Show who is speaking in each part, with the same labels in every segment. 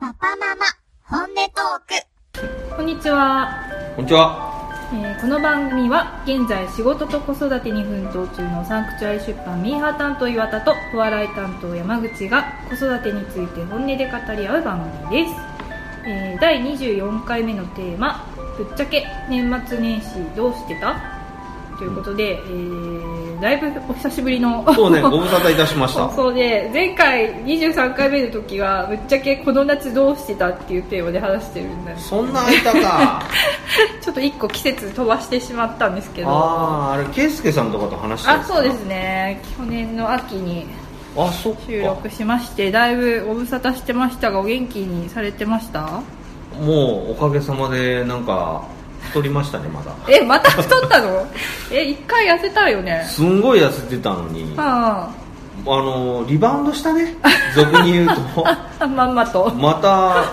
Speaker 1: パパママ本音トーク
Speaker 2: こんにちは、
Speaker 3: こんにちは。
Speaker 2: えーこの番組は現在仕事と子育てに奮闘中のサンクチュアリ出版ミーハー担当岩田とお笑い担当山口が子育てについて本音で語り合う番組です、えー第24回目のテーマ「ぶっちゃけ年末年始どうしてた?」ということで、えーだいぶお久しぶりの
Speaker 3: そ うね、ご無沙汰いたしました。
Speaker 2: 放送で前回23回目の時はぶっちゃけこの夏どうしてたっていうテーマで話してるんだ
Speaker 3: そんな空い たか。
Speaker 2: ちょっと1個季節飛ばしてしまったんですけど
Speaker 3: ああー、あれ、ケイスケさんとかと話して
Speaker 2: あそうです。ね去年の秋に
Speaker 3: あ、そっ
Speaker 2: 収
Speaker 3: か
Speaker 2: 録。しましてだいぶご無沙汰してましたがお元気にされてました
Speaker 3: もう、おかげさまで、なんか、太りましたね、まだ。
Speaker 2: えまた太ったのえ一回痩せたよね
Speaker 3: すんごい痩せてたのに、あ
Speaker 2: あ
Speaker 3: の、リバウンドしたね。俗に言う と。
Speaker 2: あまんまと
Speaker 3: また、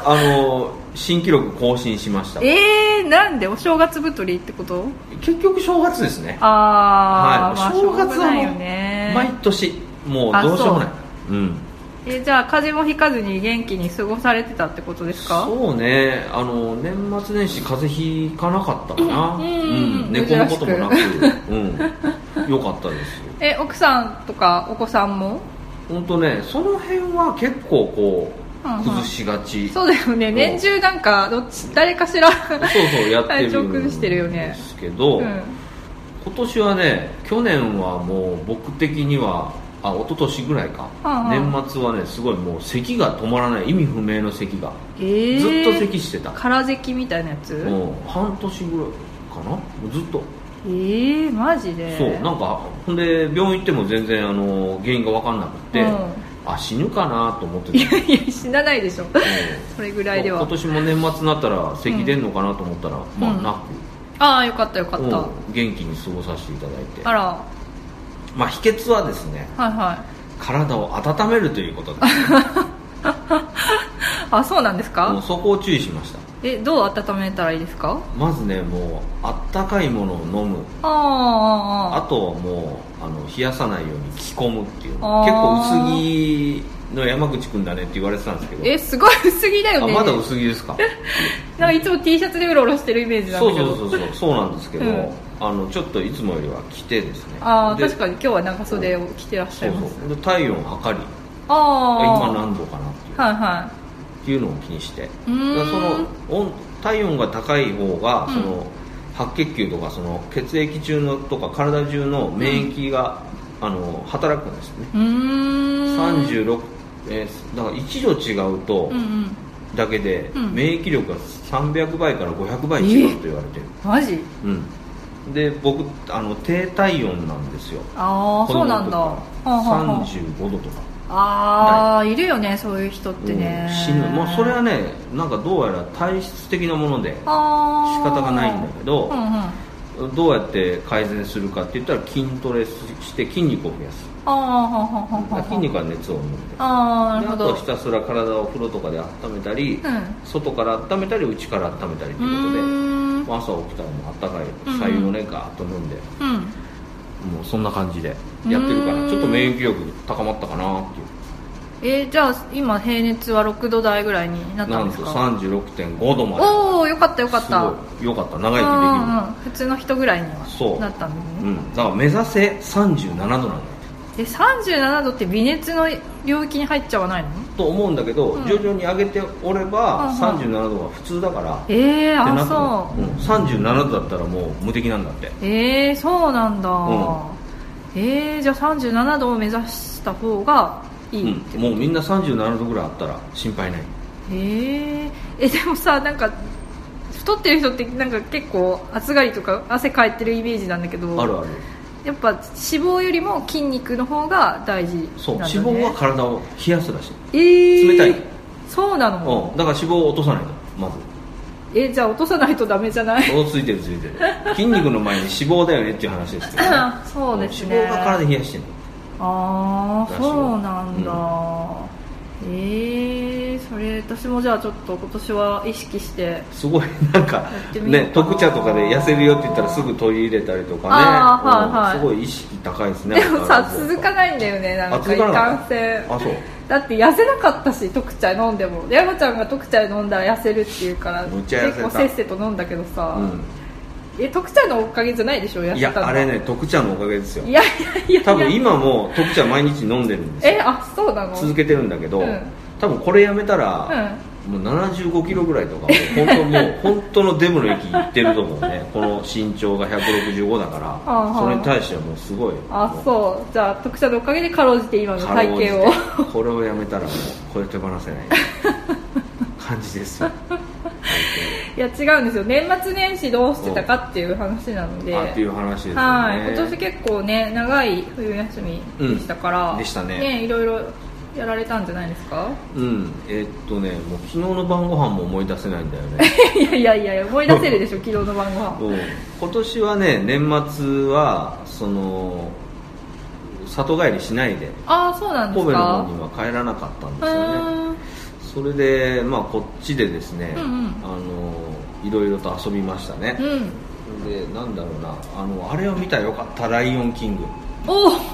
Speaker 3: あの、新記録更新しました。
Speaker 2: えー、なんでお正月太りってこと
Speaker 3: 結局、正月ですね。
Speaker 2: あー、まあ
Speaker 3: い。正
Speaker 2: しょ
Speaker 3: 月
Speaker 2: う
Speaker 3: は
Speaker 2: がないよ
Speaker 3: も
Speaker 2: ね
Speaker 3: う、毎年、もう、どうしようもない。うん。
Speaker 2: えじゃあ風邪もひかずに元気に過ごされてたってことですか
Speaker 3: そうねあの年末年始風邪ひかなかったかな、
Speaker 2: う
Speaker 3: うんん
Speaker 2: うん
Speaker 3: 寝込むこともなく、
Speaker 2: 珍
Speaker 3: うん、よかったですよ
Speaker 2: え奥さんとかお子さんも
Speaker 3: 本当ねその辺は結構こ
Speaker 2: うんうん
Speaker 3: う崩しがち、
Speaker 2: そうだよね
Speaker 3: うん
Speaker 2: 年中なんかどっち誰かしらそう
Speaker 3: そうそうやって
Speaker 2: 体
Speaker 3: る
Speaker 2: 調
Speaker 3: んで
Speaker 2: 崩してるよね
Speaker 3: すけど、
Speaker 2: ん、
Speaker 3: 今年はね去年はもう僕的にはあ一昨年ぐらいか、
Speaker 2: うん
Speaker 3: 年末はねすごいもう咳が止まらない意味不明の咳が、
Speaker 2: えー、
Speaker 3: ずっと咳してた、
Speaker 2: 空咳みたいなやつ
Speaker 3: もう半年ぐらいかなもうずっと
Speaker 2: えー、マジで
Speaker 3: そうなんかほんで病院行っても全然あの原因が分かんなくって、
Speaker 2: うん
Speaker 3: あ死ぬかなと思ってた
Speaker 2: いやいや死なないでしょ
Speaker 3: うん
Speaker 2: それぐらいでは
Speaker 3: 今年も年末になったら咳出んのかなと思ったら、まあな
Speaker 2: ああよかったよか
Speaker 3: く、
Speaker 2: っ
Speaker 3: うん
Speaker 2: た、
Speaker 3: 元気に過ごさせていただいて
Speaker 2: あら
Speaker 3: まあ秘訣はですね
Speaker 2: はいは
Speaker 3: 体を温めるということです
Speaker 2: いあそうなんです
Speaker 3: もう
Speaker 2: か
Speaker 3: そこを注意しました
Speaker 2: えどう温めたらいいですか
Speaker 3: まずねもうあったかいものを飲む
Speaker 2: あ
Speaker 3: あ
Speaker 2: ああ
Speaker 3: とはもうあの冷やさないように着込むっていう結
Speaker 2: あー
Speaker 3: 構薄着の山口君だねって言われてたんですけど
Speaker 2: えすごい薄着だよ
Speaker 3: あ
Speaker 2: ね
Speaker 3: まだ薄着です か
Speaker 2: なんかいつも T シャツでうろうろしてるイメージなん
Speaker 3: そ
Speaker 2: だ
Speaker 3: う
Speaker 2: け
Speaker 3: そ
Speaker 2: ど
Speaker 3: うそうそうそうなんですけど、
Speaker 2: うん
Speaker 3: あのちょっといつもよりは着てですね
Speaker 2: ああ
Speaker 3: で
Speaker 2: 確かに今日は長袖を着てらっし
Speaker 3: そ
Speaker 2: ゃいうます
Speaker 3: そうで体温を測り
Speaker 2: ああ
Speaker 3: 今何度かなっていう,、
Speaker 2: はいは
Speaker 3: っていうのを気にしてだか
Speaker 2: うーん
Speaker 3: らその温体温が高い方が
Speaker 2: うん
Speaker 3: その、白血球とかその血液中のとか体中の免疫が、あの働くんですよね、
Speaker 2: いうーん
Speaker 3: 36えーだから1度違うと
Speaker 2: うんうん
Speaker 3: だけで、
Speaker 2: うん
Speaker 3: 免疫力が300倍から500倍違うと言われてる、
Speaker 2: マジ
Speaker 3: うん、で僕あの低体温なんですよ
Speaker 2: ああそうなんだはあはあは
Speaker 3: 35度とか
Speaker 2: あああいるよねそういう人ってね
Speaker 3: うん死ぬもうそれはねなんかどうやら体質的なもので仕
Speaker 2: あー
Speaker 3: 方がないんだけど
Speaker 2: うんうんあ
Speaker 3: どうやって改善するかって言ったら筋トレして筋肉を増やす
Speaker 2: あはあはあはあはあ
Speaker 3: 筋肉は熱を生むんでで
Speaker 2: ああなるほ
Speaker 3: あと
Speaker 2: ど
Speaker 3: はひたすら体を風呂とかで温めたり、
Speaker 2: うん
Speaker 3: 外から温めたり内から温めたりと
Speaker 2: う
Speaker 3: いうことで
Speaker 2: ーん
Speaker 3: もう朝起きたらもうあったかい
Speaker 2: うん
Speaker 3: 白湯をねガーッと飲んで
Speaker 2: うん
Speaker 3: もうそんな感じでやってるか
Speaker 2: うーん
Speaker 3: らちょっと免疫力高まったかなっていう
Speaker 2: えーじゃあ今平熱は6度台ぐらいになった
Speaker 3: なんん
Speaker 2: です
Speaker 3: と
Speaker 2: か
Speaker 3: 36.5度まで
Speaker 2: おおよかったよかっ
Speaker 3: す
Speaker 2: た
Speaker 3: ごいよかった
Speaker 2: う
Speaker 3: 長
Speaker 2: んうん
Speaker 3: 生
Speaker 2: うん普通の人ぐらいに
Speaker 3: そう
Speaker 2: はなったんですね
Speaker 3: きできるうんだから目指せ37度なんだよ
Speaker 2: え37度って微熱の領域に入っちゃわないの
Speaker 3: と思うんだけど
Speaker 2: ん
Speaker 3: 徐々に上げておれば
Speaker 2: うんうん
Speaker 3: 37度が普通だからって
Speaker 2: えー、
Speaker 3: な
Speaker 2: あ
Speaker 3: って
Speaker 2: そ
Speaker 3: うん37度だったらもう無敵なんだって
Speaker 2: うえー、そうなんだ、
Speaker 3: ん
Speaker 2: えー、じゃあ37度を目指した方がいいって、
Speaker 3: うんもうみんな37度ぐらいあったら心配ない
Speaker 2: えー、えでもさなんか太ってる人ってなんか結構暑がりとか汗かいてるイメージなんだけど
Speaker 3: あるある
Speaker 2: やっぱ脂肪よりも筋肉の方が大事なんだ、ね、
Speaker 3: そう脂肪は体を冷やすらしい
Speaker 2: えー、
Speaker 3: 冷たい
Speaker 2: そうなの、
Speaker 3: うんだから脂肪を落とさないとまず
Speaker 2: えじゃあ落とさないとダメじゃない
Speaker 3: おついてるついてる筋肉の前に脂肪だよねっていう話ですけど、ね、
Speaker 2: そうですね
Speaker 3: 脂肪が体冷やしてる
Speaker 2: ああ
Speaker 3: らしいよ
Speaker 2: そうなんだ、ええー、それ私もじゃあちょっと今年は意識して
Speaker 3: すごいなんか
Speaker 2: ってみようか
Speaker 3: ね
Speaker 2: な
Speaker 3: 特茶とかで痩せるよって言ったらすぐ取り入れたりと
Speaker 2: あー
Speaker 3: かね、
Speaker 2: はいはい
Speaker 3: うんすごい意識高いですね
Speaker 2: でもさ続か
Speaker 3: い
Speaker 2: ないんだよねなんかい
Speaker 3: あ続かな
Speaker 2: か
Speaker 3: か
Speaker 2: ん
Speaker 3: っ
Speaker 2: せん
Speaker 3: あそう
Speaker 2: だって痩せなかったし特茶飲んでもヤゴちゃんが特茶飲んだら痩せるっていうから
Speaker 3: むっちゃ痩せ
Speaker 2: 結
Speaker 3: た
Speaker 2: 構せっせと飲んだけどさ、え特茶のおかげじゃないでしょ痩
Speaker 3: うん、い
Speaker 2: せた
Speaker 3: や
Speaker 2: のは
Speaker 3: あれね特茶のおかげですよ
Speaker 2: いやいやいやいや
Speaker 3: 多分今も特茶毎日飲んでるんですよ
Speaker 2: えあそうなの
Speaker 3: 続けてるんだけど、
Speaker 2: うん
Speaker 3: 多分これやめた
Speaker 2: う
Speaker 3: ら、
Speaker 2: ん
Speaker 3: もう75キロぐらいとかもう本当 もう本当のデブの域いってると思うねこの身長が165だから、
Speaker 2: あはあ
Speaker 3: それに対してはもうすごい
Speaker 2: あそうじゃあ特茶のおかげでかろうじて今の体型を
Speaker 3: をこれをやめたらもうこれ手放せない 感じですよ
Speaker 2: いや違うんですよ年末年始どうしてたかっていう話なので
Speaker 3: あっていう話ですよね
Speaker 2: はい今年結構ね長い冬休みでしたから、
Speaker 3: うんでしたね
Speaker 2: いろいろやられたんじゃないですか
Speaker 3: うんえっとねもう昨日の晩ご飯も思い出せないんだよ ね、
Speaker 2: いやいやいや思い出せるで しょ昨日の晩ご飯
Speaker 3: うん、今年はね年末はその里帰りしないで
Speaker 2: ああそうなんで
Speaker 3: 神
Speaker 2: す
Speaker 3: 戸の
Speaker 2: か
Speaker 3: 方には帰らなかったん
Speaker 2: う
Speaker 3: ですよね
Speaker 2: ーん
Speaker 3: それでまあこっちでですね、
Speaker 2: うんうん
Speaker 3: あのいろいろと遊びましたね、
Speaker 2: うん
Speaker 3: でなんだろうなあのあれを見たらよかった「ライオンキング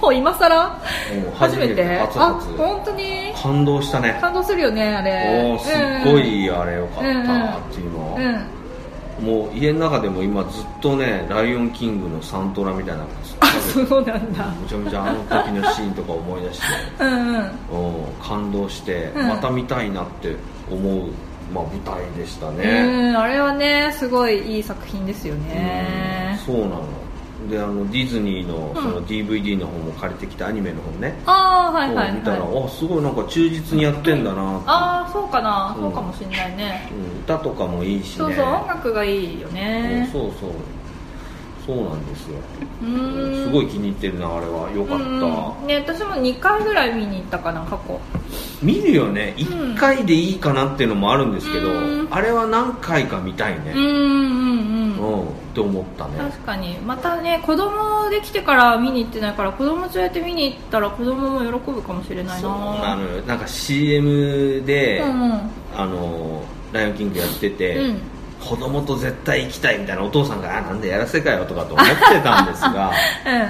Speaker 2: おお今更
Speaker 3: うん
Speaker 2: 初め
Speaker 3: 初めて
Speaker 2: て
Speaker 3: 初
Speaker 2: あ
Speaker 3: 初
Speaker 2: 本当に」
Speaker 3: 感動したね
Speaker 2: 感動するよねあれ
Speaker 3: おおすっごいあれよかったっていうのを、
Speaker 2: うんうん、うん
Speaker 3: もう家の中でも今ずっとね「ライオンキング」のサントラみたいなのがずっと
Speaker 2: あ
Speaker 3: かけて
Speaker 2: そうなんだ
Speaker 3: めちゃめちゃあの時のシーンとか思い出して
Speaker 2: うんうん
Speaker 3: うん感動して、
Speaker 2: うん
Speaker 3: また見たいなって思う、まあ、舞台でしたね、
Speaker 2: うんあれはねすごいいい作品ですよ
Speaker 3: うん
Speaker 2: ね
Speaker 3: そうなのであのディズニーのその
Speaker 2: うん
Speaker 3: DVD の方も借りてきたアニメの方ね、
Speaker 2: ああはいはい
Speaker 3: を見たら、
Speaker 2: はい
Speaker 3: あすごいなんか忠実にやってんだなって
Speaker 2: ああそうかな、
Speaker 3: うん
Speaker 2: そうかもしんないね
Speaker 3: うん歌とかもいいしね
Speaker 2: そうそう音楽がいいよね
Speaker 3: そうそうそうなんですよ
Speaker 2: う
Speaker 3: す
Speaker 2: ん
Speaker 3: ごい気に入ってるなあれはよかっ
Speaker 2: うんね私も2回ぐらい見に行ったかな過去
Speaker 3: た見るよね1回でいいかなっていうのもあるんですけど、
Speaker 2: うん
Speaker 3: あれは何回か見たい
Speaker 2: うん
Speaker 3: ね
Speaker 2: うん
Speaker 3: う
Speaker 2: うん
Speaker 3: ん、って思ったね
Speaker 2: 確かにまたね子供できてから見に行ってないから子供連れて見に行ったら子供も喜ぶかもしれないな
Speaker 3: そうなのよなんか CM で、
Speaker 2: うんうん
Speaker 3: あのライオンキングやってて、
Speaker 2: うん
Speaker 3: 子供と絶対行きたいみたいなお父さんが「あなんでやらせかよ」とかと思ってたんです が
Speaker 2: うんうん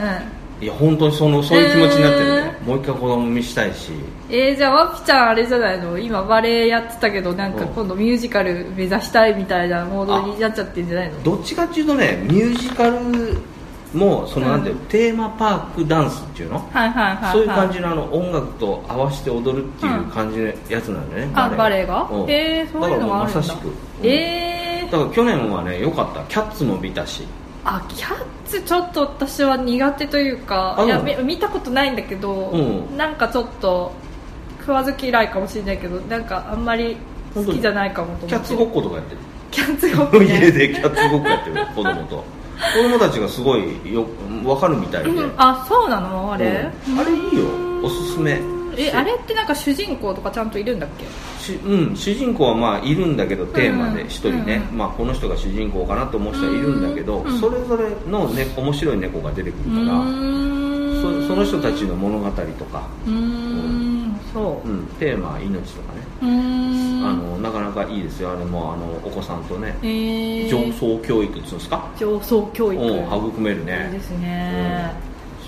Speaker 3: いや本当にそのそういう気持ちになってるね、もう一回子供見したいし
Speaker 2: えー、じゃあワピちゃんあれじゃないの今バレエやってたけどなんか
Speaker 3: うん
Speaker 2: 今度ミュージカル目指したいみたいなモードになっちゃってんじゃないの
Speaker 3: どっちかっていうとねミュージカルもそのなんていうの、テーマパークダンスっていうの、
Speaker 2: はいはいはい、はい、
Speaker 3: そういう感じのあの音楽と合わせて踊るっていう感じのやつなんだよね、
Speaker 2: あバレエが
Speaker 3: うん
Speaker 2: えー、そういうのがあるんだ
Speaker 3: だからもうまさしく、うん
Speaker 2: えー、
Speaker 3: だから去年はね良かったキャッツも見たし
Speaker 2: あキャッツちょっと私は苦手というか
Speaker 3: あ
Speaker 2: いや
Speaker 3: うん
Speaker 2: み見たことないんだけど、
Speaker 3: うん
Speaker 2: なんかちょっと食わず嫌いかもしれないけどなんかあんまり好きじゃないかもと思って
Speaker 3: キャッツごっことかやってる
Speaker 2: キャッツごっこ、ね、
Speaker 3: 家でキャッツごっこやってる子供と子供たちがすごいよ分かるみたいで、
Speaker 2: うんあそうなのあれ、
Speaker 3: うんあれいいよおすすめ
Speaker 2: えあれってなんか主人公とかちゃんといるんだっけ
Speaker 3: しうん、主人公はまあいるんだけどテーマ
Speaker 2: う
Speaker 3: で
Speaker 2: ん
Speaker 3: 一人ね、
Speaker 2: うん
Speaker 3: まあ、この人が主人公かなと思う人はいるんだけど、
Speaker 2: うん
Speaker 3: それぞれの、ね、面白い猫が出てくるから、
Speaker 2: ーん
Speaker 3: そその人たちの物語とか、
Speaker 2: うーんそ
Speaker 3: うん、テーマは命とかね、
Speaker 2: ううーん
Speaker 3: あのなかなかいいですよあれもあのお子さんとね
Speaker 2: えー、
Speaker 3: 上層教育っていうんですか、
Speaker 2: 上層教育
Speaker 3: うん、育めるね
Speaker 2: いいですね、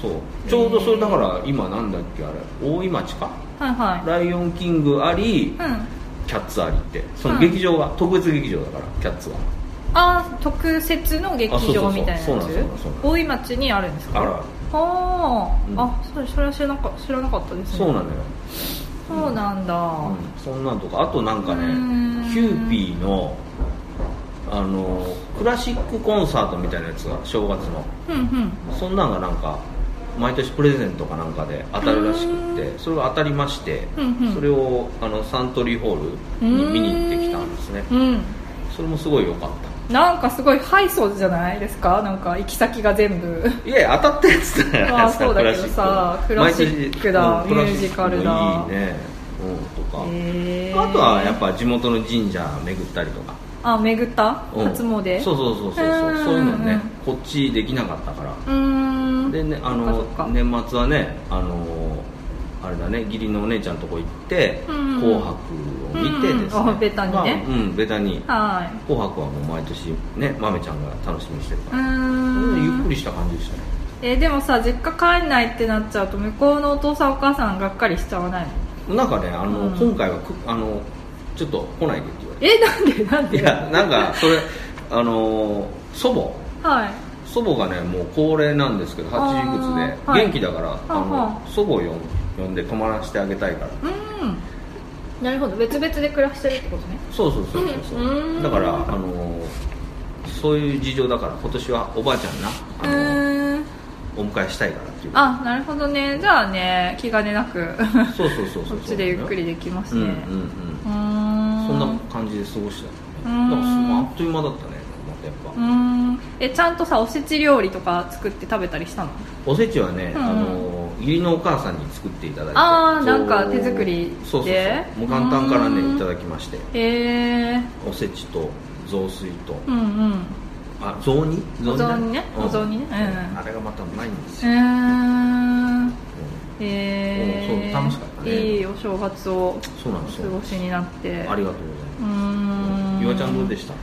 Speaker 3: そうちょうどそれだから今なんだっけあれ大井町か
Speaker 2: はい
Speaker 3: 「
Speaker 2: は
Speaker 3: ライオンキング」あり
Speaker 2: いうん
Speaker 3: キャッツありってその
Speaker 2: はい
Speaker 3: 劇場が、特別劇場だからキャッツは
Speaker 2: あ特設の劇
Speaker 3: あそうそうそ
Speaker 2: 場
Speaker 3: う
Speaker 2: みたいなやつ
Speaker 3: そうなんですそうなんですそうなんです
Speaker 2: 大井町にあるんですか
Speaker 3: あら
Speaker 2: あー、
Speaker 3: うん
Speaker 2: あそれそれは知らなか知らなかったですね
Speaker 3: そうなのよ、
Speaker 2: そうなんだ、
Speaker 3: うんそんなんとかあとなんかね
Speaker 2: うん
Speaker 3: キューピーのあのクラシックコンサートみたいなやつが正月の
Speaker 2: うん、うん
Speaker 3: そんなんがなんか毎年プレゼントかなんかで当たるらしくってそれが当たりまして、
Speaker 2: うんうん
Speaker 3: それをあのサントリーホールに見に行ってきたんですね
Speaker 2: うん
Speaker 3: それもすごい良かっ
Speaker 2: なんかすごいハイソーじゃないですかなんか行き先が全部
Speaker 3: たいやいや当たったやつだよ
Speaker 2: あーそうだけどさクラシックだミュージカルだ
Speaker 3: いいね、うん、とか、
Speaker 2: へー
Speaker 3: あとはやっぱ地元の神社巡ったりとか
Speaker 2: あ巡った
Speaker 3: うん
Speaker 2: 初詣
Speaker 3: そううそうそうそうそう
Speaker 2: うん
Speaker 3: そういうの
Speaker 2: うん
Speaker 3: ねこっちできなかったから
Speaker 2: うーん
Speaker 3: でね
Speaker 2: そ
Speaker 3: あ
Speaker 2: っかそっか
Speaker 3: の年末はねあのあれだね義理のお姉ちゃんとこ行って「
Speaker 2: うん
Speaker 3: 紅白」を見てです
Speaker 2: うん
Speaker 3: ね
Speaker 2: あベタにね
Speaker 3: まあうんベタに
Speaker 2: は
Speaker 3: 「紅白」はもう毎年ね豆ちゃんが楽しみにしてる
Speaker 2: いう
Speaker 3: か
Speaker 2: ー
Speaker 3: らそれでゆっ
Speaker 2: ん
Speaker 3: くりした感じでしたね
Speaker 2: えでもさ実家帰んないってなっちゃうと向こうのお父さんお母さんがっかりしちゃわないの
Speaker 3: なんかねあの、
Speaker 2: うん
Speaker 3: 今回はくあのちょっと来ないでって言われ
Speaker 2: えなんでなん
Speaker 3: て
Speaker 2: で
Speaker 3: いやなんかそれあの祖母
Speaker 2: はい
Speaker 3: 祖母がねもう高齢なんですけど
Speaker 2: あー
Speaker 3: 80いくつで、
Speaker 2: はい
Speaker 3: 元気だからあの、
Speaker 2: は
Speaker 3: 祖母を呼ん呼んで泊まらせてあげたいから
Speaker 2: うんなるほど別々で暮らしてるってことね
Speaker 3: そうそうそうそうそううんだからあのそういう事情だから今年はおばあちゃんな
Speaker 2: う
Speaker 3: あの
Speaker 2: ーん
Speaker 3: お迎えしたいからっていう
Speaker 2: あなるほどねじゃあね気兼ねな く
Speaker 3: そうそうそうそ
Speaker 2: こ
Speaker 3: う
Speaker 2: っちでゆっくりできます
Speaker 3: うん
Speaker 2: ね
Speaker 3: うんう
Speaker 2: う
Speaker 3: ん
Speaker 2: ーん
Speaker 3: そんな感じで過ごした
Speaker 2: う
Speaker 3: の
Speaker 2: ん
Speaker 3: ねだからそのあっという間だったねなん
Speaker 2: うー
Speaker 3: かやっぱ
Speaker 2: んえちゃんとさおせち料理とか作って食べたりしたの
Speaker 3: おせちはね、
Speaker 2: うん
Speaker 3: あの義理のお母さんに作っていただいて
Speaker 2: あー
Speaker 3: そう
Speaker 2: なんか手作りで
Speaker 3: そうそうそうもう簡単から
Speaker 2: う
Speaker 3: ね
Speaker 2: ん
Speaker 3: いただきまして
Speaker 2: へえ
Speaker 3: おせちと雑炊と、
Speaker 2: うんうん
Speaker 3: あ雑煮
Speaker 2: お雑煮ね
Speaker 3: うん
Speaker 2: お雑煮ねうん
Speaker 3: あれがまたうまいんです
Speaker 2: う
Speaker 3: よ、
Speaker 2: ーん
Speaker 3: うん
Speaker 2: へえ
Speaker 3: そう楽しかったね
Speaker 2: いいお正月を
Speaker 3: うんそうなんです
Speaker 2: 過
Speaker 3: よ
Speaker 2: ごしになって
Speaker 3: あり
Speaker 2: が
Speaker 3: がとうござい
Speaker 2: ー
Speaker 3: うます
Speaker 2: ん
Speaker 3: 岩ちゃんどうでした
Speaker 2: う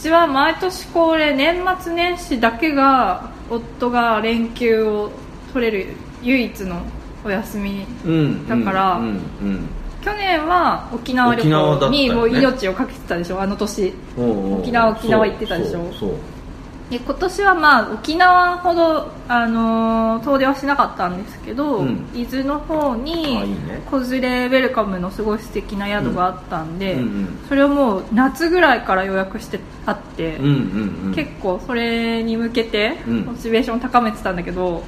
Speaker 2: ちは毎年恒例年末年始だけが夫が連休を取れる唯一のお休み
Speaker 3: うん
Speaker 2: だから
Speaker 3: うんうん
Speaker 2: 去年は沖縄旅
Speaker 3: 沖縄だっ
Speaker 2: 行
Speaker 3: たよね
Speaker 2: にもう命を懸けてたでしょあの年
Speaker 3: うんうんうん
Speaker 2: 沖縄沖縄行ってたでしょ
Speaker 3: そうそう
Speaker 2: で今年はまあ沖縄ほど、あのー遠出はしなかったんですけど、
Speaker 3: うん
Speaker 2: 伊豆の方
Speaker 3: あいい
Speaker 2: に
Speaker 3: ね
Speaker 2: 子連れウェルカムのすごい素敵な宿があったんで、
Speaker 3: うんうん
Speaker 2: それをもう夏ぐらいから予約してあって、
Speaker 3: うんうんうん
Speaker 2: 結構それに向けて
Speaker 3: うん
Speaker 2: モチベーション高めてたんだけど、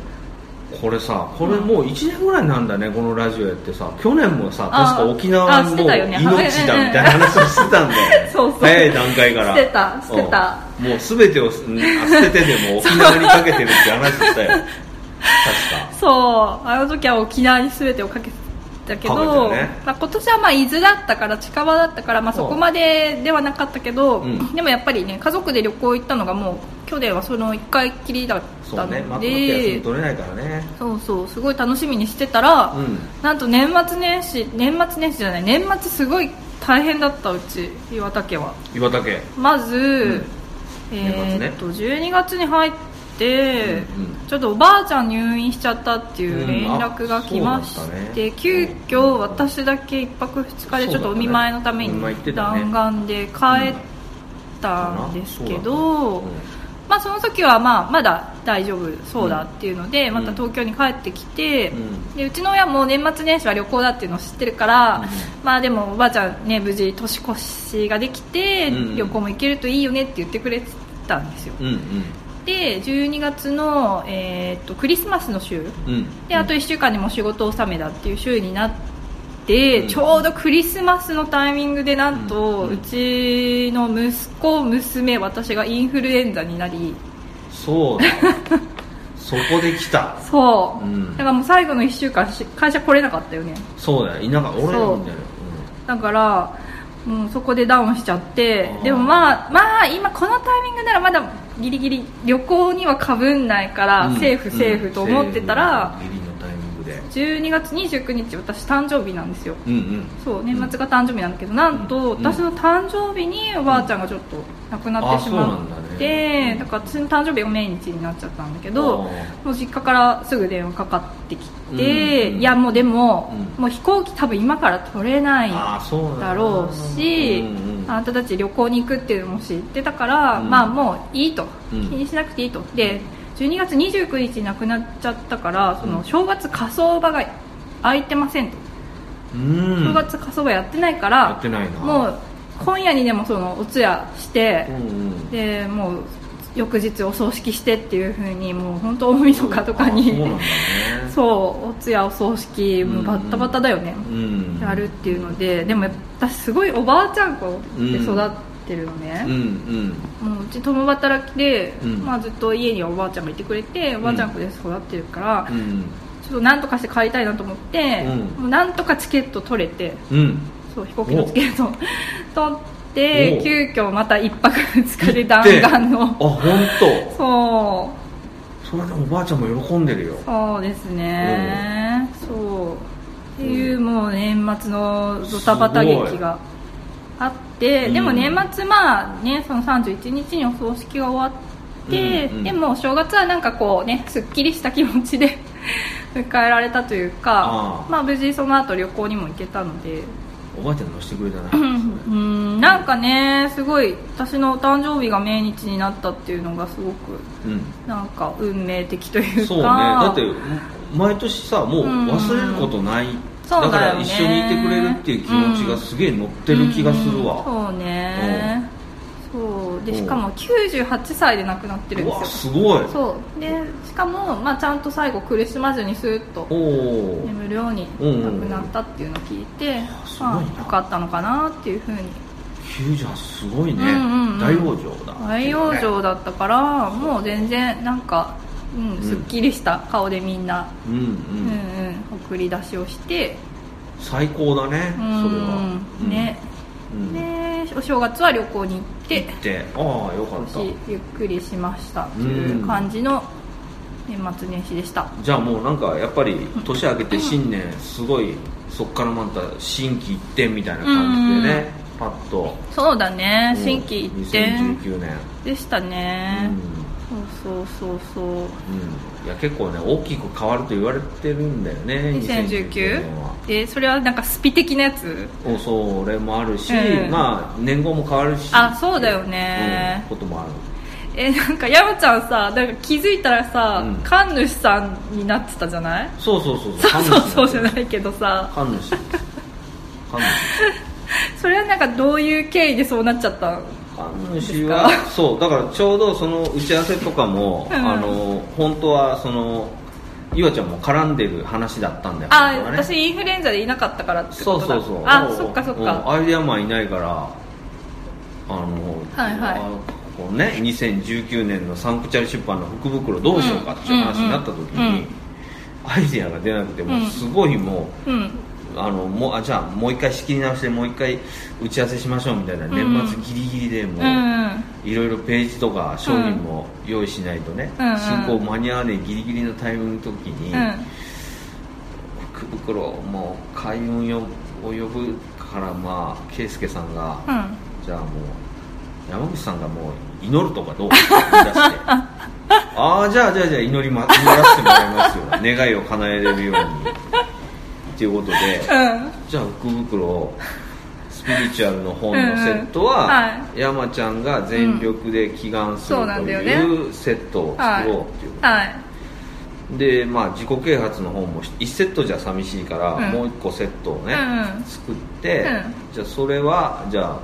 Speaker 3: これさこれもう1年ぐらいなんだねこのラジオやってさ去年もさ確か沖縄
Speaker 2: あ
Speaker 3: も
Speaker 2: し
Speaker 3: う
Speaker 2: て
Speaker 3: 命
Speaker 2: た
Speaker 3: だ
Speaker 2: よね
Speaker 3: みたいな話をしてたんだ よ
Speaker 2: そうそう
Speaker 3: 早い段階から
Speaker 2: してたしてた
Speaker 3: うんもう全てをすんあ捨ててでも沖縄にかけてるって 話したよ確か
Speaker 2: そうあの時は沖縄に全てをかけてたけ
Speaker 3: か
Speaker 2: ど、
Speaker 3: けてね
Speaker 2: まあ、今年はまあ伊豆だったから近場だったから、まあ、そこまでではなかったけど、
Speaker 3: うん
Speaker 2: でもやっぱりね家族で旅行行ったのがもう去年はその1回きりだった
Speaker 3: そう
Speaker 2: の
Speaker 3: ねまとまって休
Speaker 2: で
Speaker 3: み取れないからね
Speaker 2: そうそうすごい楽しみにしてたら、
Speaker 3: うん
Speaker 2: なんと年末年始年末年始じゃない年末すごい大変だったうち岩田家は
Speaker 3: 岩竹
Speaker 2: まず、
Speaker 3: 年末ね
Speaker 2: えーっと12月に入って、
Speaker 3: うんうん
Speaker 2: ちょっとおばあちゃん入院しちゃったっていう連絡が来まし
Speaker 3: うんあそうだった
Speaker 2: て、
Speaker 3: ね
Speaker 2: 急遽私だけ1泊2日でちょっとお見舞いのため
Speaker 3: そうだったねお見舞い行って
Speaker 2: に
Speaker 3: たね
Speaker 2: 弾丸で帰ったんですけど、
Speaker 3: うん
Speaker 2: まあ、その時はまあまだ大丈夫そうだっていうので、
Speaker 3: ん
Speaker 2: また東京に帰ってきて、
Speaker 3: うん
Speaker 2: でうちの親も年末年始は旅行だっていうのを知ってるから、
Speaker 3: うん
Speaker 2: まあでもおばあちゃんね無事年越しができて、
Speaker 3: うん
Speaker 2: 旅行も行けるといいよねって言ってくれてたんですよ
Speaker 3: うん
Speaker 2: で12月の、えーっとクリスマスの週
Speaker 3: うんうん
Speaker 2: であと1週間でもう仕事納めだっていう週になって、
Speaker 3: うん
Speaker 2: ちょうどクリスマスのタイミングでなんと、
Speaker 3: う
Speaker 2: うんちの息子娘私がインフルエンザになり
Speaker 3: そうだそこで来た
Speaker 2: そう、
Speaker 3: うん
Speaker 2: だからもう最後の1週間し会社来れなかったよね
Speaker 3: そうだよ田舎俺
Speaker 2: そう
Speaker 3: みたいな
Speaker 2: だからもうそこでダウンしちゃって
Speaker 3: あー
Speaker 2: でもまあまあ今このタイミングならまだギリギリ旅行にはかぶんないから、
Speaker 3: うん
Speaker 2: セーフ
Speaker 3: うん
Speaker 2: セーフと思ってたら、
Speaker 3: セーフギリのタイミングで
Speaker 2: 12月29日私誕生日なんですよ
Speaker 3: うんうん
Speaker 2: そう年末が誕生日なんだけどなんと、
Speaker 3: うん
Speaker 2: 私の誕生日におばあちゃんがちょっと亡くなってしま
Speaker 3: あそうなん
Speaker 2: っ
Speaker 3: だ
Speaker 2: て、
Speaker 3: ね
Speaker 2: だから私の誕生日が命日になっちゃったんだけ
Speaker 3: あ
Speaker 2: ど
Speaker 3: ー
Speaker 2: もう実家からすぐ電話かかってきて、
Speaker 3: うん
Speaker 2: いやもうでも、
Speaker 3: うん
Speaker 2: もう飛行機多分今から取れない
Speaker 3: あーそうなん
Speaker 2: だろうし、
Speaker 3: うんうん
Speaker 2: あなたたち旅行に行くっていうのも知ってたから、
Speaker 3: うん
Speaker 2: まあもういいと、
Speaker 3: うん
Speaker 2: 気にしなくていいとで12月29日に亡くなっちゃったからその正月火葬場が空いてませんと、
Speaker 3: うん
Speaker 2: 正月火葬場やってないか
Speaker 3: や
Speaker 2: ら
Speaker 3: ってないな
Speaker 2: もう今夜にでもそのお通夜して
Speaker 3: う、んうん
Speaker 2: でもう翌日お葬式してっていう風にもう本当大晦日とかに
Speaker 3: あそうなんだね
Speaker 2: そうお通夜お葬式もうバッタバタだよね、
Speaker 3: うん
Speaker 2: やるっていうのででも私すごいおばあちゃん子で育ってるの
Speaker 3: うんう
Speaker 2: ね、
Speaker 3: ん
Speaker 2: もううち共働きで、
Speaker 3: うん
Speaker 2: まあ、ずっと家にはおばあちゃんがいてくれておばあちゃん子で育ってるから、ち
Speaker 3: う
Speaker 2: ょ
Speaker 3: ん
Speaker 2: っとなんとかして帰りたいなと思って、
Speaker 3: うん
Speaker 2: もうなんとかチケット取れて
Speaker 3: うん
Speaker 2: そう飛行機のチケット取って
Speaker 3: お
Speaker 2: 急遽また1泊2日で弾丸
Speaker 3: あ
Speaker 2: の
Speaker 3: 本当
Speaker 2: そう
Speaker 3: それでおばあちゃんも喜んでるよ
Speaker 2: そうですねそうっていうもう年末のドタバタ劇があって
Speaker 3: すごい
Speaker 2: でも
Speaker 3: うん
Speaker 2: 年末まあねその31日にお葬式が終わって、
Speaker 3: うんうん
Speaker 2: でもお正月はなんかこうねすっきりした気持ちで 迎えられたというか
Speaker 3: ああ
Speaker 2: まあ無事その後旅行にも行けたので
Speaker 3: おばあちゃん乗せてくれたな、
Speaker 2: うんなんかねすごい私のお誕生日が命日になったっていうのがすごく
Speaker 3: うん
Speaker 2: なんか運命的というか
Speaker 3: そうねだって毎年さもう忘れることない、
Speaker 2: そう
Speaker 3: か
Speaker 2: だよ
Speaker 3: ら
Speaker 2: ね
Speaker 3: 一緒にいてくれるっていう気持ちがすげえ乗ってる気がするわ、
Speaker 2: うんそうねそうでしかも98歳で亡くなってるん
Speaker 3: う
Speaker 2: で
Speaker 3: わ
Speaker 2: すよ
Speaker 3: すごい
Speaker 2: そうでしかも、まあ、ちゃんと最後クリスマスにスーッと
Speaker 3: おお
Speaker 2: 眠るように亡くなったっていうのを聞いて、
Speaker 3: すごいな
Speaker 2: まあ、よかったのかなっていうふうに
Speaker 3: 98すごいね、
Speaker 2: うんうんうん
Speaker 3: 大往生だ
Speaker 2: 大往生だったからもう全然なんか、うん、すっきりした顔でみんな、
Speaker 3: うんうん、
Speaker 2: うんうん、送り出しをして、
Speaker 3: 最高だね、
Speaker 2: うん
Speaker 3: それは、うん
Speaker 2: ね、
Speaker 3: うん
Speaker 2: でお正月は旅行に行って
Speaker 3: 行ってああよかった
Speaker 2: 少しゆっくりしましたっていう感じの年末年始でした、
Speaker 3: じゃあもうなんかやっぱり年明けて新年すごいそっからまた心機一転みたいな感じでね、パッと
Speaker 2: そうだね新規一転
Speaker 3: 2019年、
Speaker 2: でしたね、
Speaker 3: う
Speaker 2: そうそうそうそ
Speaker 3: んうん、いや結構ね大きく変わると言われてるんだよね
Speaker 2: う
Speaker 3: 2019年は
Speaker 2: 2019でそれはなんかスピ的なやつ
Speaker 3: おそれもあるし、
Speaker 2: うん
Speaker 3: まあ年号も変わるし
Speaker 2: あそうだよね
Speaker 3: うんこともある
Speaker 2: えなんか山ちゃんさなんか気づいたらさ、
Speaker 3: うん
Speaker 2: 神主さんになってたじゃない
Speaker 3: そうそうそう
Speaker 2: そうそうそうじゃ
Speaker 3: 神主
Speaker 2: ないけどさ
Speaker 3: 神主神主
Speaker 2: それはなんかどういう経緯でそうなっちゃったの
Speaker 3: 神主はそうだからちょうどその打ち合わせとかも、
Speaker 2: うん
Speaker 3: あの本当はそのゆあちゃんも絡んでる話だったんだよ
Speaker 2: あ、
Speaker 3: 本当はね
Speaker 2: 私インフルエンザでいなかったからって
Speaker 3: そ
Speaker 2: こと
Speaker 3: うそ
Speaker 2: だ
Speaker 3: うそう
Speaker 2: あ
Speaker 3: もう
Speaker 2: そっかそっ
Speaker 3: うん
Speaker 2: か
Speaker 3: アイデアマンいないからあの、
Speaker 2: はいはい
Speaker 3: あこうね、2019年のサンクチャリ出版の福袋どうしようかっていう話になった時
Speaker 2: うんうん
Speaker 3: に、
Speaker 2: うん
Speaker 3: アイデアが出なくても
Speaker 2: うん
Speaker 3: うすごいもう、
Speaker 2: うん
Speaker 3: あのもうあじゃあもう一回仕切り直してもう一回打ち合わせしましょうみたいな、
Speaker 2: ん
Speaker 3: 年末ギリギリでも
Speaker 2: う
Speaker 3: う、
Speaker 2: ん
Speaker 3: いろいろページとか商品も用意しないとね、
Speaker 2: うんうん
Speaker 3: 進行間に合わないギリギリのタイミングの時に、
Speaker 2: うん
Speaker 3: 福袋もう開運よを呼ぶからまあ圭介さんが、
Speaker 2: うん
Speaker 3: じゃあもう山口さんがもう祈るとかどう かって言い出してああじゃあじゃあじゃあ祈り、ま、祈らせてもらいますよ願いを叶えれるようにっていうこと で
Speaker 2: うん
Speaker 3: じゃあ福袋をスピリチュアルの本のセットは、
Speaker 2: うんうんは
Speaker 3: 山ちゃんが全力で祈願する
Speaker 2: うんそうな
Speaker 3: と
Speaker 2: んだよね
Speaker 3: いうセットを
Speaker 2: は
Speaker 3: 作
Speaker 2: い
Speaker 3: ろうっていうこと、
Speaker 2: はい
Speaker 3: で、まあ、自己啓発の本も1セットじゃ寂しいから、
Speaker 2: うん
Speaker 3: もう1個セットをね、
Speaker 2: うんうん
Speaker 3: 作って、
Speaker 2: うん
Speaker 3: じゃあそれはじゃあ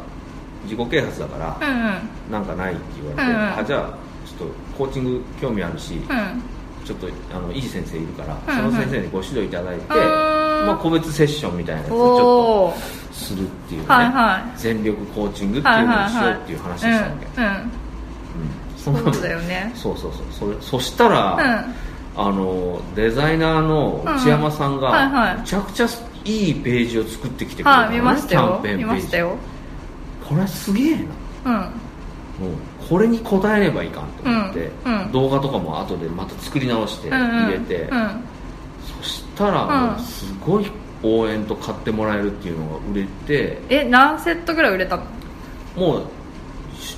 Speaker 3: 自己啓発だから
Speaker 2: う、んうん
Speaker 3: なんかないって言われて、
Speaker 2: うんうん
Speaker 3: あじゃあちょっとコーチング興味あるし、
Speaker 2: うん
Speaker 3: ちょっとあのいい先生いるから、
Speaker 2: うんうん
Speaker 3: その先生にご指導いただいて、
Speaker 2: あー
Speaker 3: まあ、個別セッションみたいなやつをちょっと。
Speaker 2: おお
Speaker 3: するっていうね、
Speaker 2: はいはい
Speaker 3: 全力コーチングってい
Speaker 2: は
Speaker 3: う
Speaker 2: い
Speaker 3: のを
Speaker 2: はい
Speaker 3: しよ
Speaker 2: は
Speaker 3: う
Speaker 2: い
Speaker 3: っていう話でしたわけ、そん
Speaker 2: うん
Speaker 3: な
Speaker 2: う
Speaker 3: の
Speaker 2: んそうだよ ね
Speaker 3: そうそうそうそれそしたら、
Speaker 2: うん
Speaker 3: あのデザイナーの内山さんが、
Speaker 2: うんうんはいはい
Speaker 3: めちゃくちゃいいページを作ってきてくれた
Speaker 2: はい
Speaker 3: のね
Speaker 2: 見ましたよ
Speaker 3: キャンペーンページ
Speaker 2: 見ましたよ
Speaker 3: これすげえな
Speaker 2: うん
Speaker 3: もうこれに応えればいかんと思って、
Speaker 2: うんうん
Speaker 3: 動画とかも後でまた作り直して
Speaker 2: うんうん
Speaker 3: 入れて、
Speaker 2: うん
Speaker 3: そしたらもうすごい応援と買ってもらえるっていうのが売れて、
Speaker 2: え何セットぐらい売れたの
Speaker 3: もう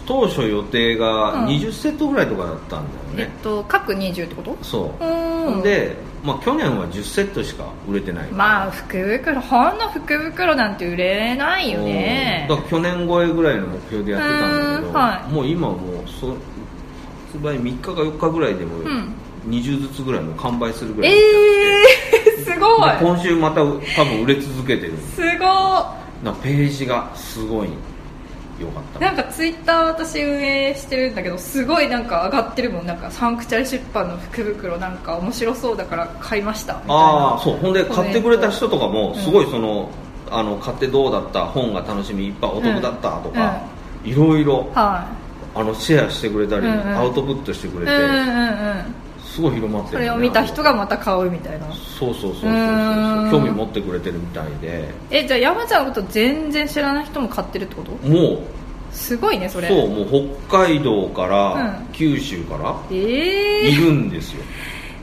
Speaker 3: 当初予定
Speaker 2: うん
Speaker 3: が20セットぐらいとかだったんだ
Speaker 2: えっ
Speaker 3: よね、
Speaker 2: と各20ってこと
Speaker 3: そうう、
Speaker 2: ん
Speaker 3: で、まあ、去年は10セットしか売れてない
Speaker 2: まあ福袋ほんの福袋なんて売れないよね
Speaker 3: うんだから去年超えぐらいの目標でやってたんだけ
Speaker 2: う
Speaker 3: ど、
Speaker 2: んはい
Speaker 3: もう今もうそ発売3日か4日ぐらいでも
Speaker 2: ん
Speaker 3: 20ずつぐらいの完売するぐらい、
Speaker 2: えー、すご
Speaker 3: で
Speaker 2: い
Speaker 3: 今週また多分売れ続けてる
Speaker 2: すご
Speaker 3: なんかページがすごいよかっ
Speaker 2: い
Speaker 3: た
Speaker 2: なんかツイッター私運営してるんだけどすごいなんか上がってるもんなんかサンクチャリ出版の福袋なんか面白そうだから買いましたみたいな
Speaker 3: ああそうほんで
Speaker 2: コメント
Speaker 3: 買ってくれた人とかもすごいその,、あの買ってどうだった本が楽しみいっぱいお得だったとか、いろいろ
Speaker 2: は
Speaker 3: あのシェアしてくれたり、
Speaker 2: うんうん
Speaker 3: アウトプットして
Speaker 2: い
Speaker 3: くれ
Speaker 2: うん
Speaker 3: て、
Speaker 2: うんうん
Speaker 3: すごい広まって
Speaker 2: そ
Speaker 3: るね、
Speaker 2: れを見た人がまた買うみたいな
Speaker 3: そうそうそうそうそう
Speaker 2: うーん
Speaker 3: 興味持ってくれてるみたいで
Speaker 2: えじゃあ山ちゃんのこと全然知らない人も買ってるってこと
Speaker 3: もう
Speaker 2: すごいねそれ
Speaker 3: そうもう北海道から、
Speaker 2: うん
Speaker 3: 九州から
Speaker 2: ええ
Speaker 3: いるんですよ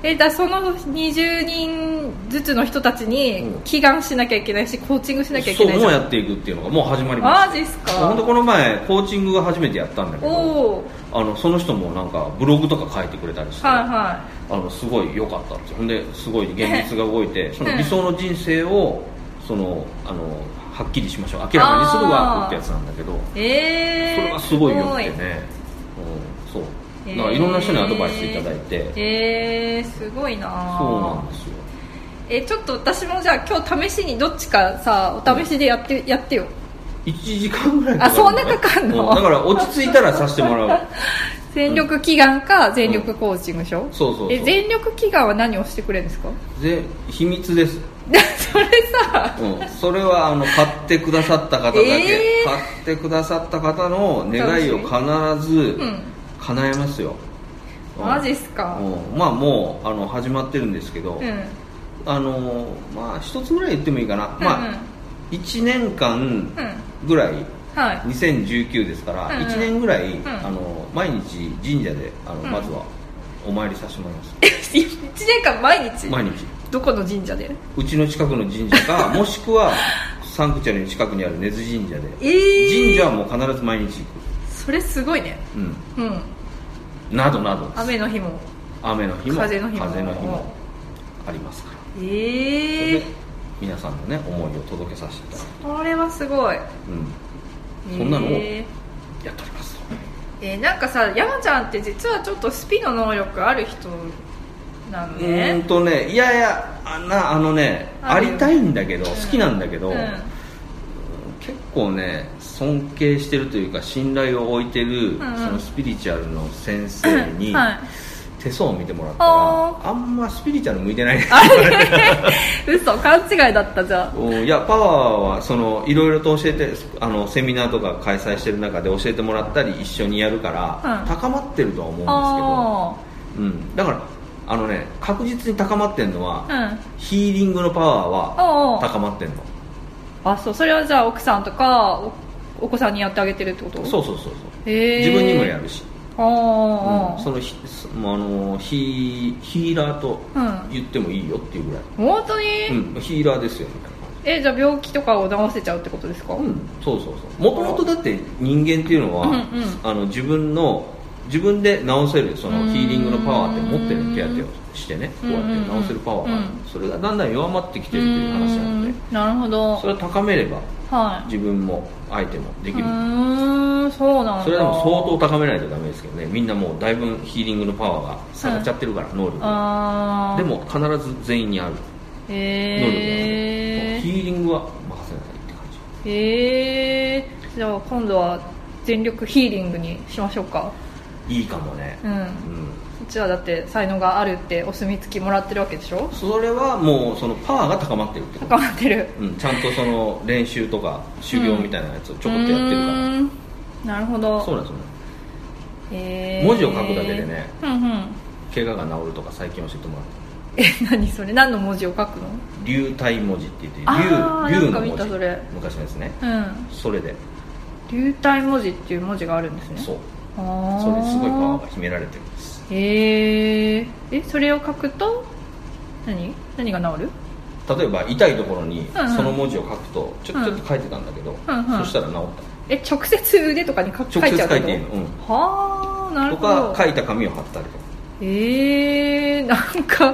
Speaker 2: えだその20人ずつの人たちに
Speaker 3: うん
Speaker 2: 祈願しなきゃいけないしコーチングしなきゃいけ
Speaker 3: そ
Speaker 2: な
Speaker 3: う
Speaker 2: い
Speaker 3: も
Speaker 2: じ
Speaker 3: う
Speaker 2: ゃ
Speaker 3: や
Speaker 2: ん
Speaker 3: っていくっていうのがもう始まりま
Speaker 2: マ
Speaker 3: し
Speaker 2: ジっす
Speaker 3: た本当
Speaker 2: か
Speaker 3: この前コーチングが初めてやったんだけ
Speaker 2: お
Speaker 3: ど
Speaker 2: おー
Speaker 3: あのその人もなんかブログとか書いてくれたりして、
Speaker 2: はいは
Speaker 3: あのすごい良かったんですよほんですごい現実が動いてその
Speaker 2: うん
Speaker 3: 理想の人生をそのあのはっきりしましょう明らかにするワークってやつなんだけど
Speaker 2: いえ
Speaker 3: そ
Speaker 2: ー、
Speaker 3: れがすごい良くてね、うん、そうだからいろんな人にアドバイスいただいて、
Speaker 2: えー、すごいな
Speaker 3: そうなんですよ
Speaker 2: えちょっと私もじゃあ今日試しにどっちかさお試しでやってやってよ
Speaker 3: 1時間ぐらい
Speaker 2: あそんなかかんの
Speaker 3: うだから落ち着いたらさせてもらう
Speaker 2: 全力祈願か全力コーチングでしょ、
Speaker 3: そうそうそう
Speaker 2: え全力祈願は何をしてくれるんですか
Speaker 3: で秘密です、
Speaker 2: それさ
Speaker 3: うん、それはあの買ってくださった方だけ、
Speaker 2: えー
Speaker 3: 買ってくださった方の願いを必ず
Speaker 2: うん
Speaker 3: 叶えますよ、うん
Speaker 2: マジっすか
Speaker 3: うんまあもうあの始まってるんですけど、
Speaker 2: うん
Speaker 3: あのまあ一つぐらい言ってもいいかな、
Speaker 2: うん
Speaker 3: ま
Speaker 2: うん
Speaker 3: あ1年間
Speaker 2: うん
Speaker 3: ぐらい、
Speaker 2: はい
Speaker 3: 2019ですから、
Speaker 2: うんうん
Speaker 3: 1年ぐらい、
Speaker 2: ん
Speaker 3: あの毎日神社であの、
Speaker 2: ん
Speaker 3: まずはお参りさせてもらいます、
Speaker 2: 1年間毎日
Speaker 3: 毎日
Speaker 2: どこの神社で
Speaker 3: うちの近くの神社かもしくはサンクチャリの近くにある根津神社で、
Speaker 2: えー、
Speaker 3: 神社はもう必ず毎日行
Speaker 2: それすごいね
Speaker 3: く、うん、
Speaker 2: うん
Speaker 3: などなどです
Speaker 2: 雨の日も
Speaker 3: 雨の日も
Speaker 2: 風の日も
Speaker 3: 風の日もありますからそ
Speaker 2: え
Speaker 3: れ
Speaker 2: え
Speaker 3: で皆さんのね思いを届けさせていただいて、
Speaker 2: これはすごい
Speaker 3: うん、そんなのを
Speaker 2: え
Speaker 3: やっておりますと、
Speaker 2: ーえーなんかさ山ちゃんって実はちょっとスピの能力ある人なの
Speaker 3: うー
Speaker 2: ね
Speaker 3: んとねいやいやあなあのねあ
Speaker 2: あるよ
Speaker 3: りたいんだけど、
Speaker 2: ん
Speaker 3: 好きなんだけど、
Speaker 2: うん
Speaker 3: 結構ね尊敬してるというか信頼を置いてる、
Speaker 2: んうん
Speaker 3: そのスピリチュアルの先生に、
Speaker 2: はい
Speaker 3: 手相を見てもらった
Speaker 2: あ
Speaker 3: らあんまスピリチュアル向いてない
Speaker 2: あれ嘘勘違いだったじゃ
Speaker 3: うんいやパワーはそのいろいろと教えてあのセミナーとか開催してる中で教えてもらったり一緒にやるから、
Speaker 2: うん
Speaker 3: 高まってるとは思
Speaker 2: あ
Speaker 3: うんですけど、うん、だからあのね確実に高まってるのは、
Speaker 2: あーうん
Speaker 3: ヒーリングのパワー
Speaker 2: おうお
Speaker 3: は
Speaker 2: う
Speaker 3: 高まってんの
Speaker 2: あそうそれはじゃあ奥さんとかおお子さんにやってあげてるってこと
Speaker 3: そううそうそうそう、
Speaker 2: へえ
Speaker 3: 自分にもやるし、
Speaker 2: ああ、
Speaker 3: うんそのひそもうあのヒヒーラーと
Speaker 2: うん
Speaker 3: 言ってもいいよっていうぐらい、
Speaker 2: 本当に、
Speaker 3: うんヒーラーですよみたいな感
Speaker 2: えじゃあ病気とかを治せちゃうってことですか、
Speaker 3: じ、うん、そうそうそうもともとだって人間っていうのは、
Speaker 2: うんうん
Speaker 3: あの自分の自分で治せるその
Speaker 2: うん
Speaker 3: ヒーリングのパワーって持ってる手当てをしてねこうや
Speaker 2: うんうんうん
Speaker 3: って治せるパワーがある
Speaker 2: うん
Speaker 3: それがだんだん弱まってきてるっていう話なの
Speaker 2: う
Speaker 3: で
Speaker 2: ーんなるほど
Speaker 3: それを高めれば
Speaker 2: はい
Speaker 3: 自分も相手もでき
Speaker 2: う
Speaker 3: る
Speaker 2: ーんそうなんだ
Speaker 3: それでも相当高めないとダメですけどねみんなもうだいぶヒーリングのパワーが下がっちゃってるから、能力が
Speaker 2: ああ
Speaker 3: でも必ず全員にある能力なので、
Speaker 2: へ
Speaker 3: ヒ
Speaker 2: え
Speaker 3: ーリングは任せなさいって感じ
Speaker 2: へえじゃあ今度は全力ヒーリングにしましょうか
Speaker 3: いいかもね
Speaker 2: うん
Speaker 3: うん
Speaker 2: うちはだって才能があるってお墨付きもらってるわけでしょ
Speaker 3: それはもうそのパワーが高まってるってこと、
Speaker 2: 高まってる
Speaker 3: うん、ちゃんとその練習とか修行みたいなやつをちょこっとやってるから、
Speaker 2: うーんなるほど
Speaker 3: そうなんですよね
Speaker 2: へえ
Speaker 3: 文字を書くだけでね
Speaker 2: うんうん
Speaker 3: 怪我が治るとか最近教えてもらった
Speaker 2: え何それ何の文字を書くの
Speaker 3: 流体文字って言って
Speaker 2: あー
Speaker 3: 流
Speaker 2: なん
Speaker 3: 流
Speaker 2: か
Speaker 3: の
Speaker 2: 見
Speaker 3: 文
Speaker 2: た
Speaker 3: 字
Speaker 2: それ
Speaker 3: 昔のですね
Speaker 2: うん
Speaker 3: それで
Speaker 2: 流体文字っていう文字があるんですね
Speaker 3: そう
Speaker 2: ああ
Speaker 3: それすごいパワーが秘められてるんです
Speaker 2: へええそれを書くと何何が治る
Speaker 3: 例えば痛いところに
Speaker 2: うんうん
Speaker 3: その文字を書くとちょ
Speaker 2: うん
Speaker 3: ちょっと書いてたんだけど、
Speaker 2: うんうん
Speaker 3: そしたら治っ
Speaker 2: え直接腕とかに書
Speaker 3: た
Speaker 2: 書
Speaker 3: 直
Speaker 2: いちゃ
Speaker 3: 接
Speaker 2: うってこと
Speaker 3: 書いていいの、うん、
Speaker 2: はあなる
Speaker 3: と
Speaker 2: ほ
Speaker 3: か
Speaker 2: ど
Speaker 3: 書いた紙を貼ったりとか
Speaker 2: えー、なんか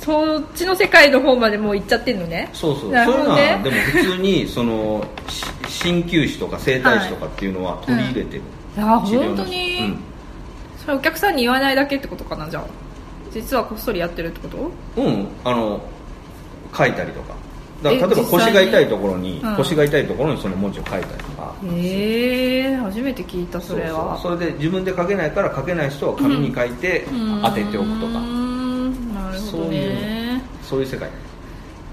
Speaker 2: そっちの世界の方までもう行っちゃってんのね
Speaker 3: そうそう、
Speaker 2: なる
Speaker 3: そう
Speaker 2: ほど
Speaker 3: いうの
Speaker 2: ね
Speaker 3: はでも普通にそのし鍼灸師とか整体師とかっていうのは取り入れてる、
Speaker 2: いや
Speaker 3: 治療の
Speaker 2: 本当に、それお客さんに言わないだけってことかなじゃあ実はこっそりやってるってこと
Speaker 3: うん、うん、あの書いたりとかだ
Speaker 2: え
Speaker 3: から例えば
Speaker 2: 実際
Speaker 3: 腰
Speaker 2: に
Speaker 3: が痛いところに、
Speaker 2: うん
Speaker 3: 腰が痛いところにその文字を書いたりとか、
Speaker 2: ええー、初めて聞いたそれは
Speaker 3: そうそうそれで自分で書けないから書けない人は紙に書いて
Speaker 2: うん
Speaker 3: 当てておくと
Speaker 2: うー
Speaker 3: か
Speaker 2: んなるほど
Speaker 3: そういう
Speaker 2: ね
Speaker 3: そういう世界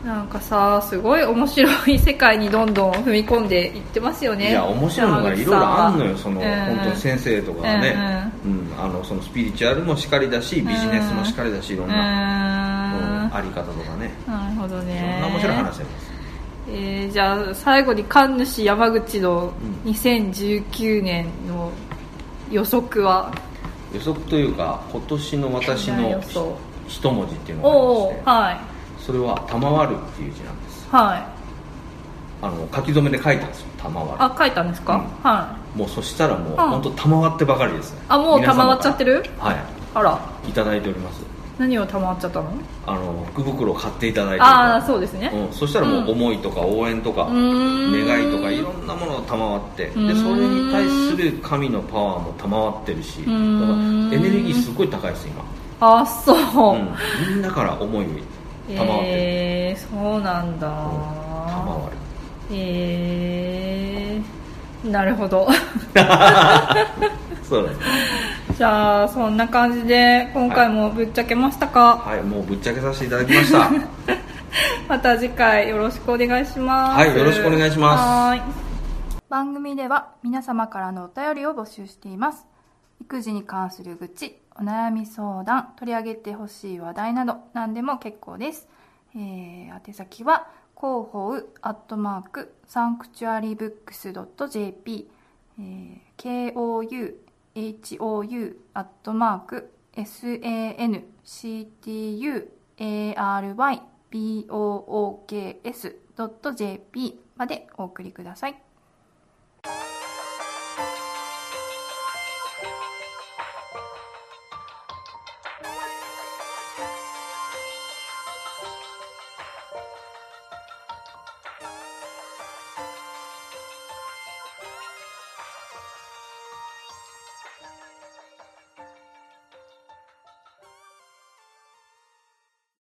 Speaker 2: なんかさすごい面白い世界にどんどん踏み込んでいってますよね
Speaker 3: いや面白いのがいろいろあるのよその、
Speaker 2: うん
Speaker 3: 本当に先生とかがね、うんあのそのスピリチュアルもしかりだしビジネスもしかりだしいろ
Speaker 2: うんん
Speaker 3: な、うんあり方とかね
Speaker 2: なるほど
Speaker 3: いろ
Speaker 2: ね
Speaker 3: んな面白い話あります、
Speaker 2: えーじゃあ最後に神主山口の
Speaker 3: う
Speaker 2: 2019年の予測は
Speaker 3: 予測というか今年の私
Speaker 2: 予
Speaker 3: の
Speaker 2: 想
Speaker 3: 一文字っていうの
Speaker 2: お
Speaker 3: があ
Speaker 2: お
Speaker 3: りま
Speaker 2: はい
Speaker 3: してそれは「賜る」っていう字なんです
Speaker 2: はい
Speaker 3: あの書き初めで書いたんですよ「賜る
Speaker 2: あ書いたんですか、
Speaker 3: うん
Speaker 2: はい」
Speaker 3: もうそしたらもう
Speaker 2: あ
Speaker 3: 本当賜ってばかりですね
Speaker 2: あもう
Speaker 3: 皆様
Speaker 2: 賜っちゃってる
Speaker 3: からはい
Speaker 2: あら
Speaker 3: いただいております
Speaker 2: 何を賜っちゃったの
Speaker 3: あの福袋を買っていただいてるから
Speaker 2: ああそうですね
Speaker 3: うん、そしたらも
Speaker 2: うん
Speaker 3: う思いとか応援とか、
Speaker 2: ん
Speaker 3: 願いとかいろんなものを賜ってでそ
Speaker 2: うん
Speaker 3: れに対する神のパワーも賜ってるしだからエ
Speaker 2: ん
Speaker 3: ネルギーすごい高いです今、
Speaker 2: あそう、
Speaker 3: うん、みんなから思いを賜ってる、
Speaker 2: えー、そうなんだ
Speaker 3: うん賜る
Speaker 2: えー、なるほど
Speaker 3: そうだね
Speaker 2: じゃあそんな感じで今回もぶっちゃけましたか、
Speaker 3: はいもうぶっちゃけさせていただきました
Speaker 2: また次回よろしくお願いします
Speaker 3: はいよろしくお願いします
Speaker 2: はい番組では皆様からのお便りを募集しています育児に関する愚痴お悩み相談取り上げてほしい話題など何でも結構です、えー、宛先は広報アットマークサンクチュアリーブックス .jp、えー、kouhou アットマーク sanctuarybooks.jp までお送りください。